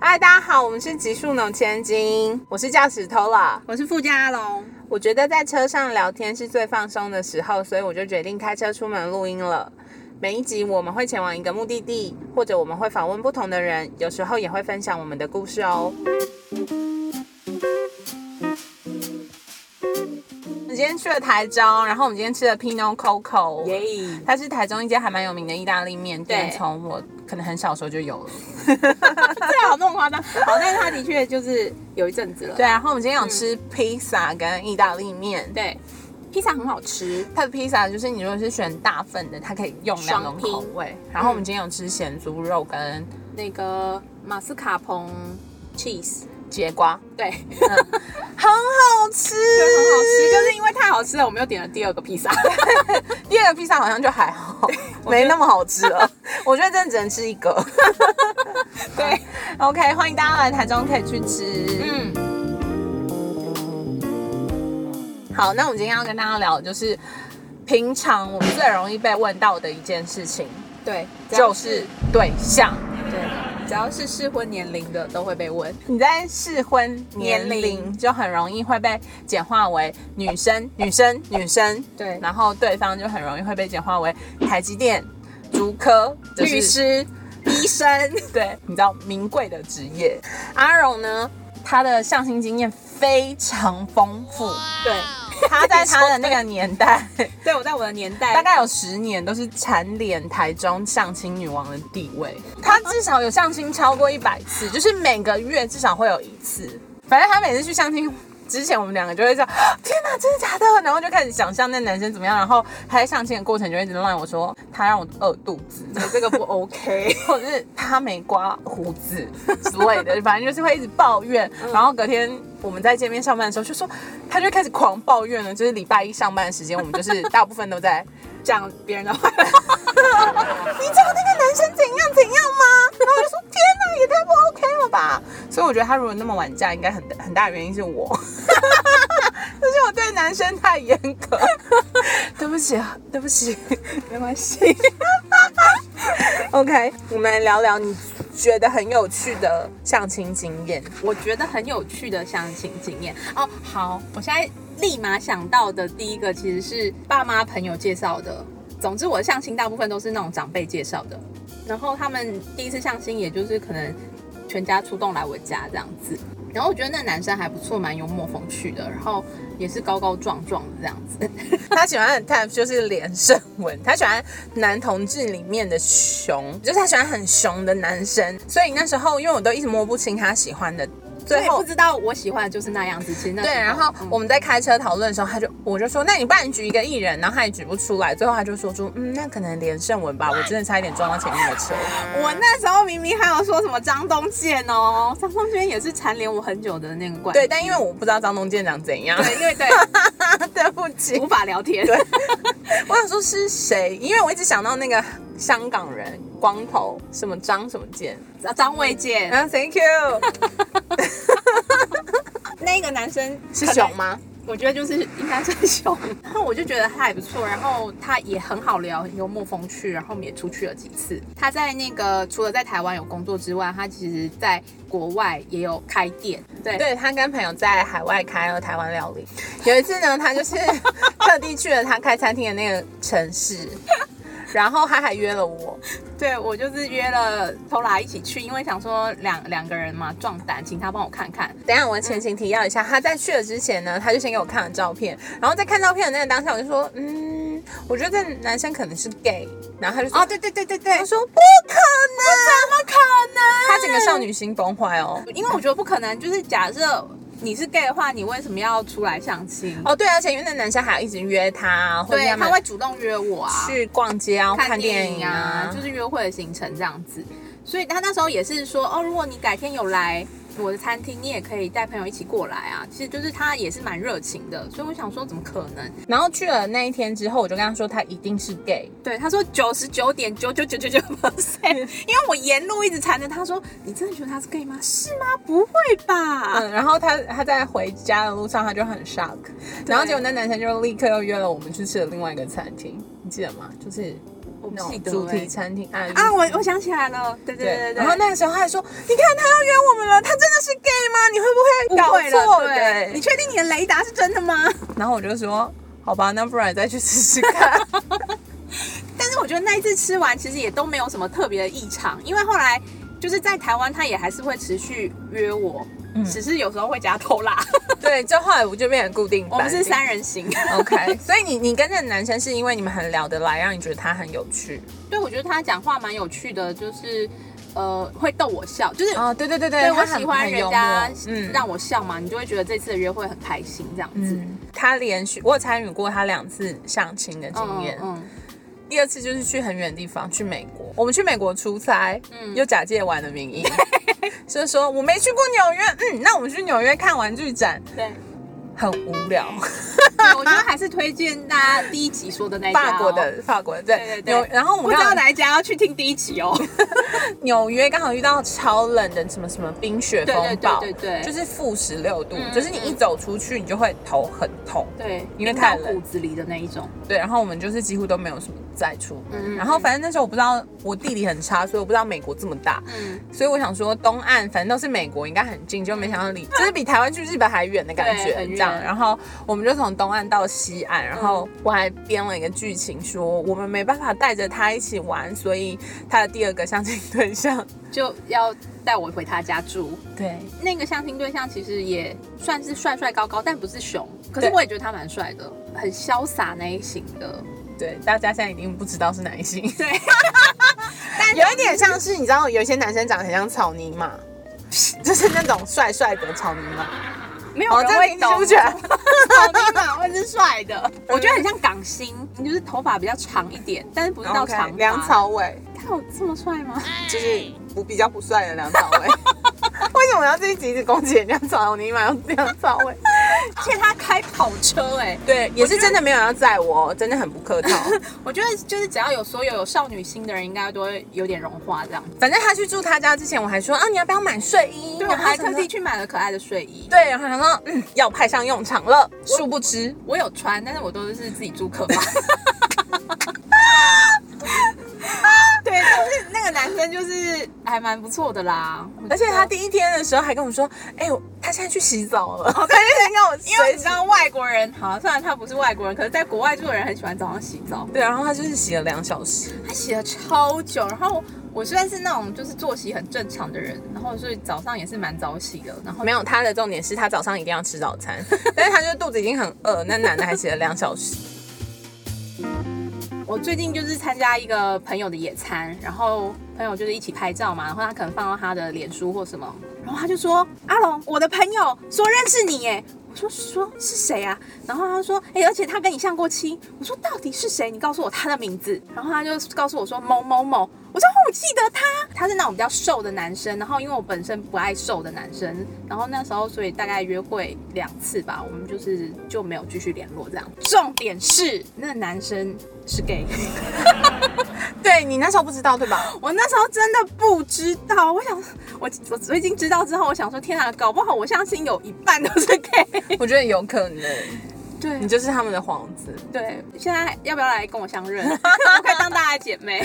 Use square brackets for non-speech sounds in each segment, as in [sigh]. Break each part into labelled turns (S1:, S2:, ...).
S1: 嗨，大家好，我们是极速农千金，我是驾驶偷了。
S2: 我是富家阿龙。
S1: 我觉得在车上聊天是最放松的时候，所以我就决定开车出门录音了。每一集我们会前往一个目的地，或者我们会访问不同的人，有时候也会分享我们的故事哦。我们今天去了台中，然后我们今天吃了 Pinot Coco，
S2: 耶、
S1: 它是台中一家还蛮有名的意大利面店，
S2: 对
S1: 从我可能很小的时候就有了。
S2: 最啊好那么夸张。好，但是他的确就是有一阵子了。
S1: 对，啊然后我们今
S2: 嗯
S1: 天有吃披萨跟意大利面，
S2: 对，披萨很好吃。
S1: 它的披萨就是你如果是选大份的，它可以用两种口味。然后
S2: 嗯
S1: 我们今天有吃咸猪肉跟
S2: 那个马斯卡彭 cheese，
S1: 节瓜，
S2: 对，
S1: 嗯、很好吃，
S2: 就很好吃。可是因为太好吃了，我们又点了第二
S1: [laughs]
S2: 个披萨。
S1: 第二个披萨好像就还好， [laughs] 没那么好吃了。我觉得真的只能吃一个。 [laughs]
S2: 对，
S1: OK，欢迎大家来台中可以去吃。
S2: 嗯，
S1: 好，那我们今天要跟大家聊的就是平常我们最容易被问到的一件事情，
S2: 对，只要
S1: 就是对象。
S2: 对，只要是适婚年龄的都会被问。
S1: 你在适婚年龄
S2: 年龄
S1: 就很容易会被简化为女生、女生、女生，
S2: 对
S1: 然后对方就很容易会被简化为台积电、竹科、就是
S2: 律师、医生，
S1: 对，你知道名贵的职业。 [laughs] 阿荣呢，他的相亲经验非常丰富，
S2: 对，
S1: 他在他的那个年代，
S2: 对我在我的年代，
S1: 大概有十年都是蝉联台中相亲女王的地位。她至少有相亲超过一百次，就是每个月至少会有一次。反正她每次去相亲之前，我们两个就会说：“啊天哪，真的假的？”然后就开始想象那男生怎么样。然后他在相亲的过程就一直让我说：“他让我饿肚子， [laughs]
S2: 这个不 OK。
S1: 或者是他没刮胡子 [laughs] 之类的，反正就是会一直抱怨。然后隔天我们在见面上班的时候，就说他就开始狂抱怨了。就是礼拜一上班的时间，我们就是大部分都在。
S2: 讲别人的坏话，
S1: 你知道那个男生怎样怎样吗？然后我就说天哪，也太不 OK 了吧！所以我觉得他如果那么晚嫁，应该很很大原因是我， [laughs] 就是我对男生太严格。 [laughs] 对不起，啊，对不起。
S2: 没关系。
S1: OK，我们来聊聊你觉得很有趣的相亲经验。
S2: 我觉得很有趣的相亲经验哦。好，我现在立马想到的第一个其实是爸妈朋友介绍的。总之，我的相亲大部分都是那种长辈介绍的，然后他们第一次相亲，也就是可能全家出动来我家这样子。然后我觉得那男生还不错，蛮幽默风趣的，然后也是高高壮壮的这样 [laughs] 子。
S1: 他喜欢的 type 就是连胜文，他喜欢男同志里面的熊，就是他喜欢很熊的男生。所以那时候，因为我都一直摸不清他喜欢的，
S2: 我
S1: 最
S2: 也
S1: 后
S2: 不知道我喜欢的就是那样子。其实那
S1: 对，
S2: 时候
S1: 然后
S2: 嗯
S1: 我们在开车讨论的时候，他就我就说，那你不然举一个艺人，然后他也举不出来，最后他就说出，嗯，那可能连胜文吧，我真的差一点撞到前面的车。
S2: 我那时候明明还有说什么张东健哦，张东健也是蝉联我很久的那个冠军。
S1: 对，但因为我不知道张东健长怎样，
S2: 对对对，
S1: [laughs] 对不起
S2: 无，法聊天。对，
S1: 我想说是谁，因为我一直想到那个香港人，光头什么张什么健，
S2: [laughs] 张卫健
S1: 然后 Thank you
S2: 那个男生
S1: [laughs] 是熊？吗？
S2: 我觉得就是应该是 [laughs] 熊。然后我就觉得他还不错，然后他也很好聊，很幽默风趣，然后我们也出去了几次。他在那个除了在台湾有工作之外，他其实在国外也有开店。对
S1: 对他跟朋友在海外开了台湾料理。有一次呢，他就是 [laughs] 特地去了他开餐厅的那个城市，然后他还约了我。
S2: 对，我就是约了偷拉一起去，因为想说两两个人嘛壮胆，请他帮我看看。
S1: 等一下，我前情提要一下，他在去了之前呢，他就先给我看了照片，然后在看照片的那个当下，我就说，嗯，我觉得这男生可能是 gay，然后他就说，
S2: 哦，对对对对对
S1: 他，说不可能，
S2: 怎么可能？
S1: 他整个少女心崩坏哦。
S2: 因为我觉得不可能，就是假设你是 gay 的话，你为什么要出来相亲？
S1: 哦，对，而且因为那男生还一直约他，或者
S2: 对，
S1: 他
S2: 他
S1: 们
S2: 会主动约我啊，
S1: 去逛街啊、看电影
S2: 啊，
S1: 啊
S2: 就，是约会的行程这样子。所以他那时候也是说，哦，如果你改天有来我的餐厅，你也可以带朋友一起过来啊。其实就是他也是蛮热情的，所以我想说，怎么可能？
S1: 然后去了那一天之后，我就跟他说他一定是 gay，
S2: 对，他说九十九点九九九九九 percent，因为我沿路一直缠着他说，你真的觉得他是 gay 吗？是吗？不会吧？
S1: 嗯，然后他他在回家的路上，他就很 shock，然后结果那男生就立刻又约了我们去吃了另外一个餐厅，你记得吗？就是
S2: 我不
S1: 那
S2: 记
S1: 种
S2: 得、
S1: 主
S2: 欸
S1: 题餐厅爱
S2: 啊，我我想起来了，对对对对对。
S1: 然后那个时候他还说：“你看他要约我们了，他真的是 gay 吗？你会不会
S2: 误会
S1: 搞
S2: 了，
S1: 错？”
S2: 对，你确定你的雷达是真的吗？
S1: [laughs] 然后我就说：“好吧，那不然再去试试看。
S2: [laughs] 但是我觉得那一次吃完，其实也都没有什么特别的异常，因为后来就是在台湾，他也还是会持续约我，
S1: 嗯
S2: 只是有时候会加
S1: [laughs]
S2: 偷懒。”
S1: 对，就后来我就变成固定
S2: 我
S1: 班
S2: 们
S1: 底。
S2: 是三人行，
S1: OK，所以你你跟这个男生是因为你们很聊得来，让你觉得他很有
S2: [laughs]
S1: 趣
S2: [laughs] 对，我觉得他讲话蛮有趣的，就是呃会逗我笑，就是。
S1: 哦，对对对
S2: 对
S1: 对
S2: 我喜欢人家
S1: 嗯，
S2: 让我笑嘛，你就会觉得这次的约会很开心这样子。
S1: 嗯，他连续我有参与过他两次相亲的经验，
S2: 嗯
S1: 第二次就是去很远的地方，去美国。我们去美国出差，
S2: 嗯
S1: 又假借玩的名
S2: [laughs]
S1: 义，所以说我没去过纽约，嗯，那我们去纽约看玩具展，
S2: 嗯对，
S1: 很无聊。
S2: 对我觉得还是推荐大家第一集说的那一
S1: [laughs]
S2: 家、哦，
S1: 法国，的，法国的，对
S2: 对对对
S1: 纽，然后我
S2: 不
S1: 们
S2: 知
S1: 刚
S2: 道
S1: 好
S2: 哪一家要去听第一集
S1: [laughs]
S2: 哦。
S1: 纽约刚好遇到超冷的什么什么冰雪
S2: 对
S1: 风
S2: 对
S1: 暴，
S2: 对对对
S1: 就是负十六度，
S2: 嗯
S1: 就是你一走出去，你就会头很痛。
S2: 对，
S1: 因为
S2: 冰
S1: 太
S2: 到
S1: 冷
S2: 骨子里的那一种。
S1: 对，然后我们就是几乎都没有什么再出门。
S2: 嗯嗯
S1: 然后反正那时候我不知道我地理很差，所以我不知道美国这么大，
S2: 嗯，
S1: 所以我想说东岸反正都是美国，应该很近，就没想到离就是比台湾去日本还远的感觉
S2: 对很
S1: 这
S2: 远嗯
S1: 样。然后我们就从东岸到西岸，然后我还编了一个剧情说我们没办法带着他一起玩，所以他的第二个相亲对象，
S2: 就要带我回他家住。
S1: 对，
S2: 那个相亲对象其实也算是帅帅高高，但不是熊。可是
S1: 对
S2: 我也觉得他蛮帅的，很潇洒那一型的。
S1: 对，大家现在一定不知道是哪一型， [laughs]
S2: 对，
S1: 有一点像是你知道，有一些男生长得很像草泥 [laughs] 马，就是那种帅帅的草泥马。
S2: 没有
S1: 哦，
S2: 人
S1: 这
S2: 会
S1: 你
S2: 懂。
S1: 不觉
S2: [laughs]
S1: 得？嗯
S2: 草
S1: [laughs]
S2: 泥马会是帅的，我觉得很像港星，就是头发比较长一点，但是不是到
S1: OK，
S2: 长发。
S1: 梁朝伟
S2: 他有这么帅吗？
S1: 就是不比较不帅的梁朝伟。 [laughs] 为什么要这一集一直攻击人家草泥马？梁朝伟
S2: 而且他开跑车哎、
S1: 对，也是真的没有要载我，真的很不客 [laughs] 套。
S2: 我觉得就是只要有所有有少女心的人，应该都会有点融化这样子。
S1: 反正他去住他家之前，我还说啊，你要不要买睡衣？
S2: 对，我
S1: 然后
S2: 还
S1: 什么
S2: 特
S1: 啊的
S2: 地去买了可爱的睡衣。
S1: 对，然后想说嗯，要派上用场了。殊不知，
S2: 我有穿，但是我都是自己租客房。 [laughs] 对，但是那个男生就是还蛮不错的啦，
S1: 而且他
S2: 弟，
S1: 第一天的时候还跟我说，哎、我他现在去洗澡了。他就让我
S2: 因
S1: 随
S2: 为你
S1: 时
S2: 知道外国人，好，虽然他不是外国人，可是在国外住的人很喜欢早上洗澡，
S1: 对，然后他就是洗了两小时。
S2: 他洗了超久，然后。我虽然是那种就是作息很正常的人，然后所以早上也是蛮早洗的，然后
S1: 没有，他的重点是他早上一定要吃早餐， [laughs] 但是他就肚子已经很饿，那男的还洗了两小时。
S2: 我最近就是参加一个朋友的野餐，然后朋友就是一起拍照嘛，然后他可能放到他的脸书或什么，然后他就说：“阿龙，我的朋友说认识你耶。”我说：“说是谁啊？”然后他说：“哎、而且他跟你相过亲。”我说：“到底是谁？你告诉我他的名字。”然后他就告诉我说：“某某某。”我说：“哦，我记得他，他是那种比较瘦的男生。然后因为我本身不爱瘦的男生，然后那时候所以大概约会两次吧，我们就是就没有继续联络这样。重点是那个男生是 gay。”
S1: [laughs] 对你那时候不知道对吧？
S2: 我那时候真的不知道，我想我我最近知道之后，我想说天啊，搞不好我相信有一半都是
S1: [laughs]
S2: gay。
S1: [laughs] 我觉得有可能，你
S2: 对
S1: 就是他们的幌子。
S2: 对，现在要不要来跟我相认？ [laughs] 我快当大家姐妹。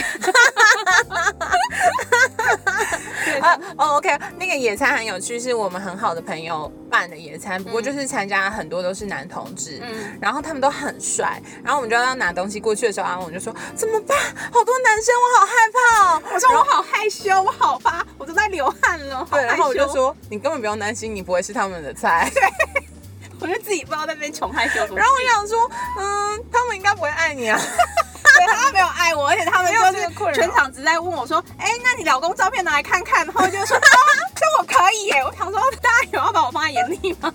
S2: 对
S1: 啊哦，OK，那个野餐很有趣，是我们很好的朋友办的野餐，不过就是参加很多都是男同志。
S2: 嗯，
S1: 然后他们都很帅，然后我们就要拿东西过去的时候，然后我就说怎么办？好多男生，我好害怕哦。
S2: 我说我好害羞，我好怕，我都在流汗了，好
S1: 对，
S2: 害
S1: 然
S2: 羞。
S1: 后我就，说你根本不用担心，你不会是他们的菜。 [laughs]
S2: 我就自己不知道在那边穷害羞 [laughs] 什么。
S1: 然后我想说，嗯，他们应该不会爱你啊。
S2: 对他们没有爱我，而且他们
S1: 没有
S2: 就
S1: 这个困
S2: 是
S1: 扰
S2: 全场只在问我说：“哎、那你老公照片拿来看看。”然后我就说：“哦这我可以耶。”我想说，大家有要把我放在眼里 [laughs] 吗？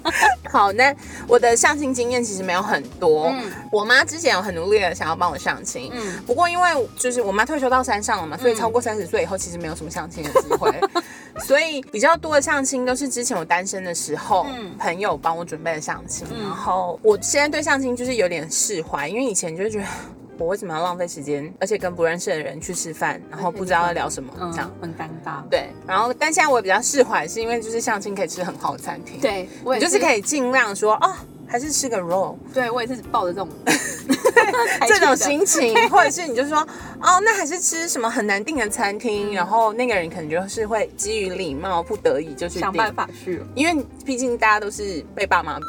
S1: 好，那我的相亲经验其实没有很多。
S2: 嗯
S1: 我妈之前有很努力的想要帮我相亲，
S2: 嗯
S1: 不过因为就是我妈退休到山上了嘛，所以
S2: 嗯
S1: 超过三十岁以后其实没有什么相亲的机会， [laughs] 所以比较多的相亲都是之前我单身的时候，
S2: 嗯
S1: 朋友帮我准备的相亲。
S2: 嗯
S1: 然后我现在对相亲就是有点释怀，因为以前就觉得。我为什么要浪费时间，而且跟不认识的人去吃饭，然后不知道要聊什么
S2: 嗯
S1: 这样？，
S2: 很尴尬。
S1: 对，然后但现在我也比较释怀，是因为就是相亲可以吃很好的餐厅。
S2: 对，我
S1: 你
S2: 也
S1: 就是可
S2: 以，
S1: 以尽量说哦，还是吃个肉。
S2: [laughs] 对我也是抱着这种才
S1: [laughs]
S2: 去
S1: 这
S2: 的
S1: 种心
S2: [laughs]
S1: 情，或者是你就说哦，那还是吃什么很难订的餐厅，
S2: 嗯
S1: 然后那个人可能就是会基于礼貌不得已就去
S2: 想
S1: 订
S2: 办法去了。
S1: 因为毕竟大家都是被爸
S2: [laughs]
S1: 妈逼。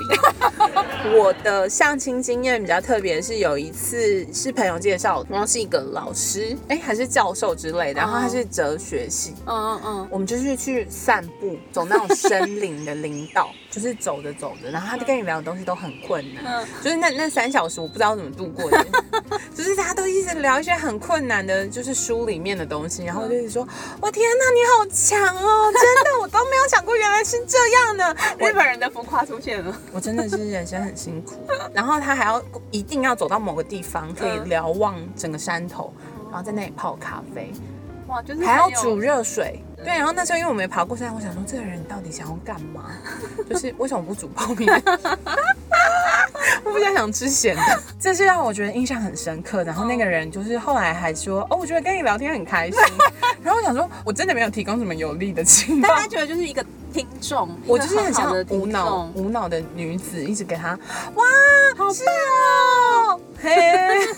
S1: 我的相亲经验比较特别，是有一次是朋友介绍，然后是一个老师，哎，还是教授之
S2: 哦
S1: 类的，然后他是哲学系。
S2: 嗯嗯
S1: 我们就是去散步，走那种森林的林道， [laughs] 就是走着走着，然后他就跟你聊的东西都很困难，
S2: 嗯
S1: 就是那那三小时我不知道怎么度过的， [laughs] 就是他都一直聊一些很困难的，就是书里面的东西，然后我就一直说，我天哪，你好强哦，真的，我都没有想过原来是这样的，
S2: 嗯，日本人的浮夸出现了。
S1: 我真的是人生很辛苦。 [laughs] 然后他还要一定要走到某个地方，可以瞭望整个山头，然后在那里泡咖啡，
S2: [laughs] 哇，就是
S1: 还要
S2: 很有
S1: 煮热水。对，然后那时候因为我没爬过山，我想说这个人到底想要干嘛？就是为什么不煮泡
S2: [laughs]
S1: 面？我比较想吃咸的，这是让我觉得印象很深刻。然后那个人就是后来还说，哦，我觉得跟你聊天很开
S2: [laughs]
S1: 心。然后我想说，我真的没有提供什么有利的情报
S2: 大。家觉得就是一个听众，
S1: 我就是很
S2: 好
S1: 像
S2: 的
S1: 无
S2: 听
S1: 脑
S2: 众。
S1: 无脑的女子，一直给她哇，好棒哦，嘿，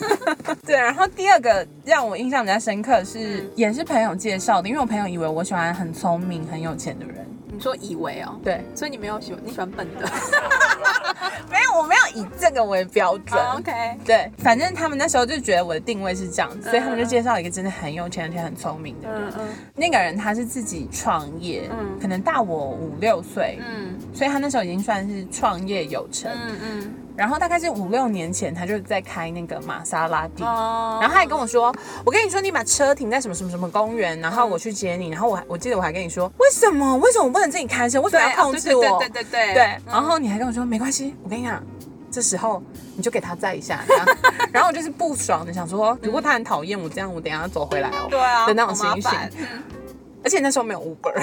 S1: [laughs] 对。然后第二个让我印象比较深刻是，
S2: 嗯
S1: 也是朋友介绍的，因为我朋友以为我喜欢很聪明、很有钱的人，
S2: 你说以为哦，
S1: 对，
S2: 所以你没有喜欢，你喜欢笨 [laughs] 的。
S1: 没有，我没有以这个为标准。
S2: 好哦啊 OK，
S1: 对，反正他们那时候就觉得我的定位是这样，所以他们就
S2: 嗯
S1: 介绍一个真的很有钱而且很聪明的人。
S2: 嗯嗯
S1: 那个人他是自己创业，
S2: 嗯
S1: 可能大我五六岁，
S2: 嗯
S1: 所以他那时候已经算是创业有成。
S2: 嗯嗯，
S1: 然后大概是五六年前，他就在开那个玛莎拉蒂。
S2: 哦
S1: 然后他还跟我说：“我跟你说，你把车停在什么什么什么公园，然后我去接你。”然后我还我记得我还跟你说：“为什么？为什么我不哎能自己开车？为什
S2: 对
S1: 么要控制我？”
S2: 哦对对对对对
S1: 对
S2: 嗯
S1: 然后你还跟我说：“没关系，我跟你讲，这时候你就给他载一下。这样”然后我就是不爽的想说：“如果他很讨厌我这样，我等一下要走回来哦。”
S2: 对啊
S1: 的那种
S2: 好麻
S1: 情形
S2: 烦。
S1: 而且那时候没有
S2: [laughs]
S1: Uber，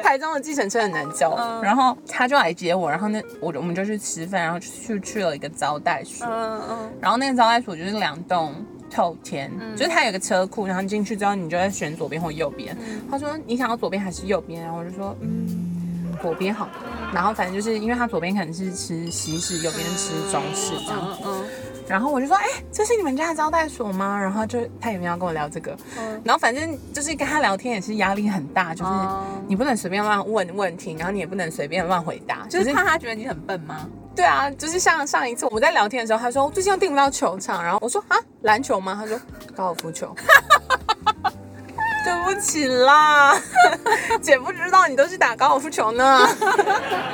S1: 台中的计程车很难叫。
S2: 嗯
S1: 然后他就来接我，然后那我我们就去吃饭，然后去去了一个招待所。
S2: 嗯嗯
S1: 然后那个招待所就是两栋透天，就是它有个车库，然后你进去之后，你就在选左边或右边。
S2: 嗯
S1: 他说你想要左边还是右边？然后我就说嗯，左边好了。然后反正就是因为他左边可能是吃西式，右边吃中式这样。
S2: 嗯嗯
S1: 然后我就说，哎、这是你们家的招待所吗？然后就他也没有跟我聊这个，
S2: 嗯
S1: 然后反正就是跟他聊天也是压力很大，就是
S2: 哦
S1: 你不能随便乱问问题，然后你也不能随便乱回答，
S2: 就
S1: 可
S2: 是怕他觉得你很笨吗？
S1: 对啊，就是像上一次我们在聊天的时候，他说最近又订不到球场，然后我说啊篮球吗？他说高尔夫球。 [laughs] 对不起啦， [laughs] 姐不知道你都是打高尔夫球 [laughs] 呢，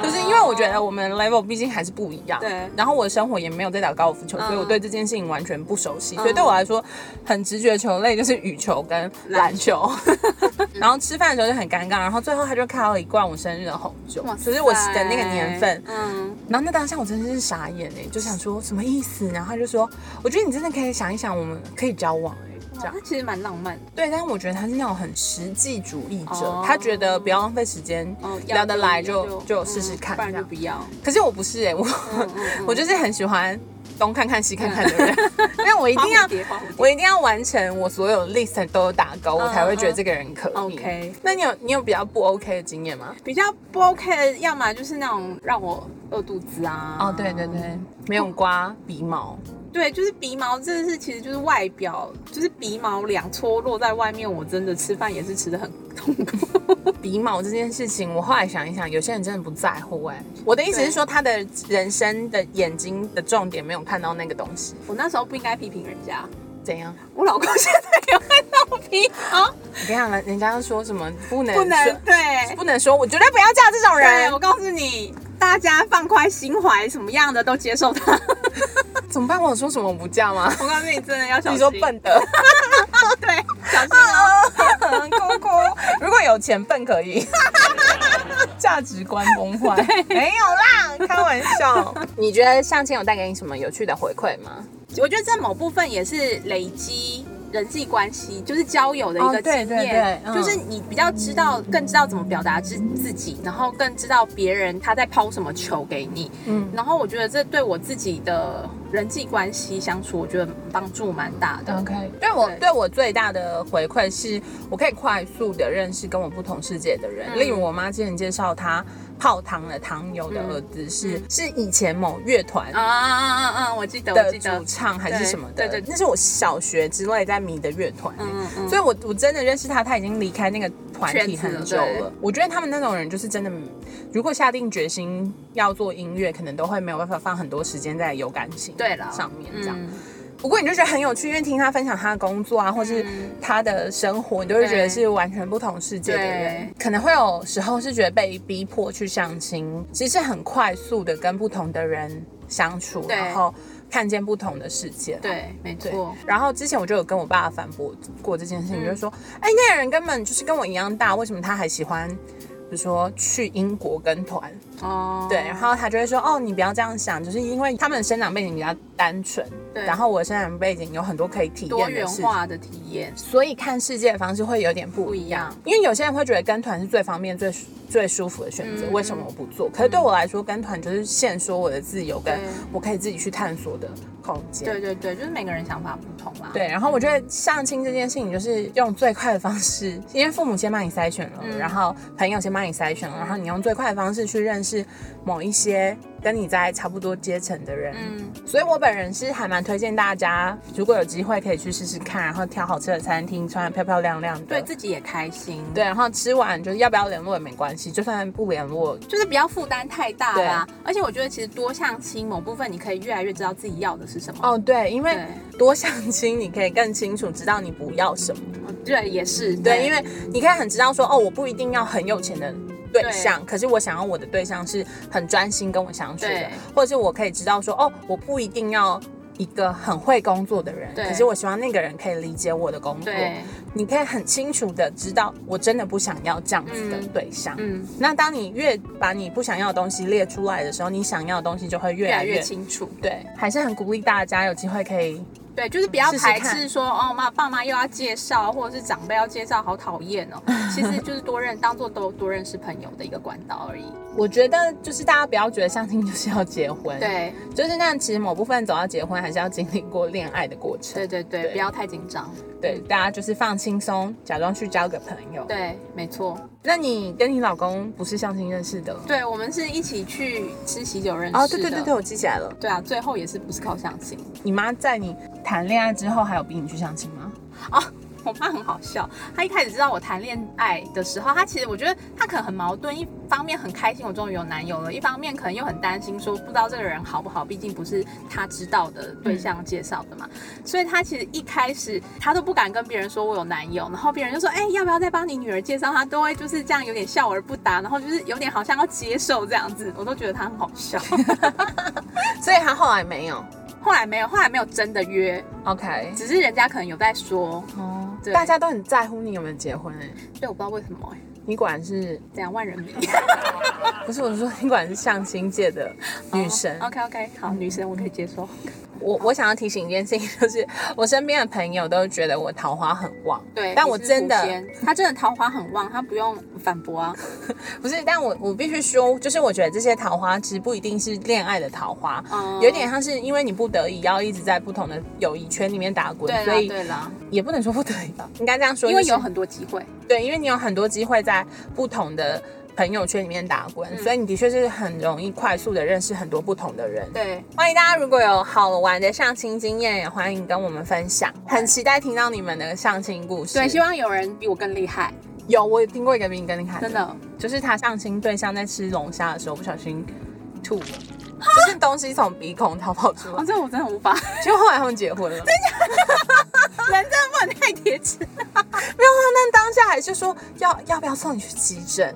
S1: 就是因为我觉得我们 level 毕竟还是不一样，
S2: 对
S1: 然后我的生活也没有在打高尔夫球，所以我对这件事情完全不熟悉，所以对我来说，很直觉的球类就是羽球跟篮球。 [laughs] 然后吃饭的时候就很尴尬，然后最后他就开了一罐我生日的红酒，就是我的那个年份，
S2: 嗯，
S1: 然后那当下我真的是傻眼哎、就想说什么意思？然后他就说，我觉得你真的可以想一想，我们可以交往哎、这
S2: 哇
S1: 样
S2: 那其实蛮浪漫的。
S1: 对。但是我觉得他是那种很实际主义者，
S2: 哦
S1: 他觉得不要浪费时间，
S2: 哦，要
S1: 聊得来
S2: 要
S1: 就就试试看
S2: 嗯不
S1: 这
S2: 然就
S1: 样
S2: 不。要。
S1: 可是我不是哎、我、
S2: 嗯
S1: [laughs] 我就是很喜欢东看看西看看的人， [laughs] 因为我一
S2: 一
S1: 定要。
S2: 花蝴蝶
S1: 我一定要完成我所有 list 都有打勾，我才会觉得这个人可以。
S2: 嗯 OK
S1: 那你有你有比较不 OK 的经验吗？
S2: 比较不 OK 的，要么就是那种让我饿肚子啊。
S1: 哦，对对对，没有刮鼻毛，
S2: 对，就是鼻毛，真的是其实就是外表，就是鼻毛两撮落在外面，我真的吃饭也是吃的很痛苦。 [laughs]
S1: 鼻毛这件事情，我后来想一想，有些人真的不在乎哎、我的意思是说，他的人生的眼睛的重点没有看到那个东西，
S2: 我那时候不应该批评人家，
S1: 怎样？
S2: 我老公 [laughs] 现在也会闹皮啊，
S1: 你看了人家说什么不能
S2: 不
S1: 说
S2: 能对。
S1: 不能说，我绝对不哦要嫁这种
S2: 对，我
S1: 人，
S2: 告诉你，大家放宽心怀，什么样的都接受他。 [laughs]
S1: 怎么办？我有说什么我不嫁吗？
S2: 我告诉你，真的要小心。
S1: 你说笨 [laughs] 的，
S2: 对，小心哦。
S1: [laughs] 哭哭。如果有钱笨可以， [laughs] 价值观崩坏，没有啦，开玩笑。 [laughs] 你觉得相亲有带给你什么有趣的回馈吗？
S2: 我觉得在某部分也是累积人际关系，就是交友的一
S1: 哦
S2: 个经
S1: 对
S2: 验，
S1: 对对嗯
S2: 就是你比较知道，更知道怎么表达自自己，然后更知道别人他在抛什么球给你。
S1: 嗯，
S2: 然后我觉得这对我自己的人际关系相处，我觉得帮助蛮大的。
S1: OK，对我
S2: 对
S1: 对我最大的回馈是，我可以快速的认识跟我不同世界的人。
S2: 嗯
S1: 例如我妈之前介绍她泡汤的汤友的儿子是、是以前某乐团
S2: 啊啊啊啊啊！我记嗯得，我
S1: 的
S2: 记得
S1: 主，唱还是什么的，
S2: 对对对
S1: 那是我小学之类在迷的乐团、欸
S2: 嗯嗯
S1: 所以我我真的认识他，他已经离开那个团体
S2: 圈子了
S1: 很久
S2: 对
S1: 了。我觉得他们那种人就是真的，如果下定决心要做音乐，可能都会没有办法放很多时间在有感情
S2: 对了，
S1: 上面这
S2: 嗯
S1: 样。不过你就觉得很有趣，因为听他分享他的工作啊，或是
S2: 嗯
S1: 他的生活，你都会觉得是完全不同世界的人
S2: 对。
S1: 可能会有时候是觉得被逼迫去相亲，其实很快速的跟不同的人相处，
S2: 对
S1: 然后看见不同的世界。
S2: 对，没
S1: 对
S2: 错，，
S1: 然后之前我就有跟我爸反驳过这件事情，
S2: 嗯
S1: 就是说，哎，那个人根本就是跟我一样大，为什么他还喜欢，比如说去英国跟团？
S2: 哦，
S1: 对，然后他就会说，哦，你不要这样想，就是因为他们的生长背景比较单纯，
S2: 对
S1: 然后我的生长背景有很多可以体
S2: 多
S1: 验
S2: 元
S1: 的事，
S2: 化的体验，
S1: 所以看世界的方式会有点不一样。因为有些人会觉得跟团是最方便、最舒最舒服的选择，
S2: 嗯
S1: 为什么我不做？可是对我来说，跟团就是限缩我的自由，跟
S2: 对
S1: 我可以自己去探索的空间。
S2: 对对对，就是每个人想法不同啦。
S1: 对，然后我觉得相亲这件事情就是用最快的方式， [laughs] 因为父母先帮你筛选了，然后朋友先帮你筛选了，然后你用最快的方式去认识某一些跟你在差不多阶层的人。
S2: 嗯，
S1: 所以我本人是还蛮推荐大家，如果有机会可以去试试看，然后挑好吃的餐厅，穿得漂漂亮亮的。
S2: 对自己也开心，
S1: 对，然后吃完就是要不要联络也没关系，就算不联络，
S2: 就是不要负担太大啦。而且我觉得其实多相亲某部分，你可以越来越知道自己要的是什么。
S1: 哦对，因为
S2: 对
S1: 多相亲你可以更清楚知道你不要什么。
S2: 对，也是
S1: 哦对，因为你可以很知道说，哦，我不一定要很有钱的对象，可是我想要我的对象是很专心跟我相处的
S2: 对，
S1: 或者是我可以知道说，哦，我不一定要一个很会工作的人，
S2: 对
S1: 可是我希望那个人可以理解我的工作。
S2: 对，
S1: 你可以很清楚的知道，我真的不想要这样子的
S2: 嗯
S1: 对象。
S2: 嗯，
S1: 那当你越把你不想要的东西列出来的时候，你想要的东西就会越
S2: 越
S1: 来
S2: 来
S1: 越
S2: 越清楚。
S1: 对，还是很鼓励大家有机会可以
S2: 对，就是不要
S1: 试试
S2: 排
S1: 看
S2: 斥说哦妈爸妈又要介绍，或者是长辈要介绍，好讨厌
S1: [laughs]
S2: 哦。其实就是多认当做多多认识朋友的一个管道而已。
S1: 我觉得就是大家不要觉得相亲就是要结婚，
S2: 对
S1: 就是那其实某部分走到结婚，还是要经历过恋爱的过程。
S2: 对对对，
S1: 对
S2: 不要太紧张。
S1: 对，嗯大家就是放轻松，假装去交个朋友。
S2: 对，没错。
S1: 那你跟你老公不是相亲认识的？
S2: 对，我们是一起去吃喜酒认识的。
S1: 哦，对对对对，我记起来了。
S2: 对啊，最后也是不是靠相亲。
S1: 你妈在你谈恋爱之后，还有逼你去相亲吗？
S2: 我妈很好笑，她一开始知道我谈恋爱的时候，她其实我觉得她可能很矛盾，一方面很开心我终于有男友了，一方面可能又很担心说不知道这个人好不好，毕竟不是她知道的对象介绍的嘛。所以她其实一开始她都不敢跟别人说我有男友，然后别人就说哎、要不要再帮你女儿介绍，她都会就是这样有点笑而不答，然后就是有点好像要接受这样子，我都觉得她很好笑。
S1: 所以她后来没有。
S2: 后来没有，后来没有真的约，
S1: OK。
S2: 只是人家可能有在说，
S1: 哦，
S2: 对
S1: 大家都很在乎你有没有结婚哎、
S2: 对，我不知道为什么、哎，
S1: 你果然是
S2: 这样万人迷。
S1: 不是我是说你果然是相亲界的女神。
S2: OK OK，好，女神我可以接受。
S1: 我我想要提醒一件事情，就是我身边的朋友都觉得我桃花很旺，
S2: 对，
S1: 但我
S2: 你是
S1: 真的
S2: 狐仙，她真的桃花很旺，她不用反驳啊。
S1: 不是，但我我必须说，就是我觉得这些桃花其实不一定是恋爱的桃花，
S2: [laughs] 嗯
S1: 有点像是因为你不得已要一直在不同的友谊圈里面打滚，
S2: 对
S1: 所
S2: 啦
S1: 以
S2: 对啦，
S1: 也不能说不得已吧，应该这样说，
S2: 因为
S1: 就是
S2: 有很多机会。
S1: 对，因为你有很多机会在不同的朋友圈里面打滚，
S2: 嗯
S1: 所以你的确是很容易快速的认识很多不同的人。
S2: 对，
S1: 欢迎大家如果有好玩的相亲经验，也欢迎跟我们分享，很期待听到你们的相亲故事。
S2: 对，希望有人比我更厉害，
S1: 有我有听过一个比你更厉害，
S2: 真的。
S1: 就是他相亲对象在吃龙虾的时候不小心吐了，就是东西从鼻孔逃跑出来
S2: 哦，，这我真的无 [laughs] 法，
S1: 结果后来他们结婚了。
S2: 人真的不能太铁 [laughs] 齿。
S1: 没有啊，那当下还是说要要不要送你去急诊，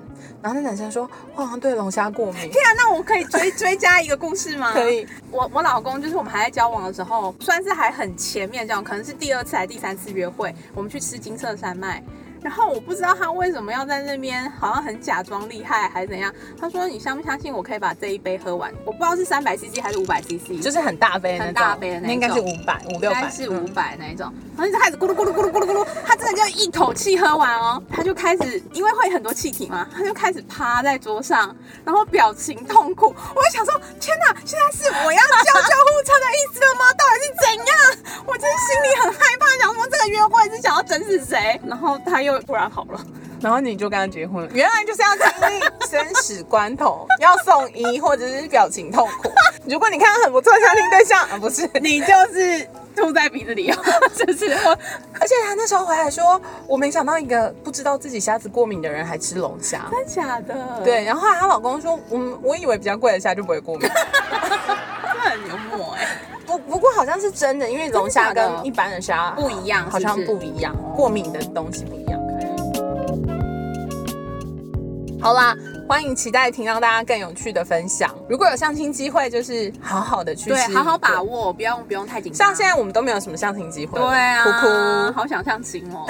S1: 然后那男生说我好像对龙虾过敏，
S2: 天啊，那我可以追 [laughs] 追加一个故事吗？
S1: 可。以
S2: 我我老公就是我们还在交往的时候，算是还很前面这样，可能是第二次还是第三次约会，我们去吃金色山脉。然后我不知道他为什么要在那边好像很假装厉害还是怎样。他说你相不相信我可以把这一杯喝完？我不知道是三百 CC 还是五百 CC，
S1: 就是很大杯的那种，
S2: 很大杯的那
S1: 应该是
S2: 种
S1: 五百五
S2: 应
S1: 六
S2: 该
S1: 百，
S2: 是五百那一种，然后就开始咕噜咕噜咕噜咕噜咕噜，他真的就一口气喝完哦，他就开始因为会很多气体嘛，他就开始趴在桌上，然后表情痛苦。我就想说，天哪，现在是我要叫救护车的意思了吗？到底是怎样？我真的心里很害怕，想说这个约会是想要整死谁？然后他又突然好了，
S1: 然后你就跟他结婚了，原来就是要经历生死关头，要送医或者是表情痛苦。如果你看到很不错的相亲对象，啊、不是，
S2: 你就是吐在鼻子里哦， [laughs] 就是我
S1: 而且他那时候回来说，我没想到一个不知道自己虾子过敏的人还吃龙虾。
S2: 真假的，，
S1: 对，然后后来她老公说，嗯我我以为比较贵的虾就不会过敏，
S2: 真的很幽默哎、
S1: 不不过好像是真的，因为龙虾
S2: 真的假
S1: 跟
S2: 的
S1: 一般的虾
S2: 不一样
S1: 好像
S2: 是不
S1: 不哦
S2: 是
S1: 一样，过敏的东西不一样。好啦，欢迎期待听到大家更有趣的分享。如果有相亲机会，就是好好的去
S2: 对，
S1: 试
S2: 好好
S1: 过
S2: 把握，不用不用太紧张。
S1: 像现在我们都没有什么相亲机会了，
S2: 对啊，
S1: 哭哭。
S2: 好想象亲 [laughs] 哦。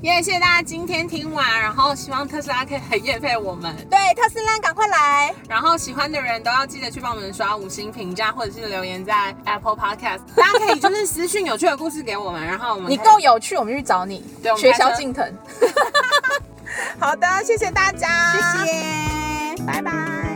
S1: 也、谢谢大家今天听完，然后希望特斯拉可以很厌费我们。
S2: 对，哎特斯拉赶快来，
S1: 然后喜欢的人都要记得去帮我们刷五星评价，或者是留言在 Apple Podcast。大家可以就是私讯有趣的故事给我们，然后我们
S2: 你
S1: 可以
S2: 够有趣，我们去找你。
S1: 对我们
S2: 学
S1: 开车
S2: 萧敬腾， [laughs]
S1: 好的，谢谢大家，
S2: 谢，拜拜。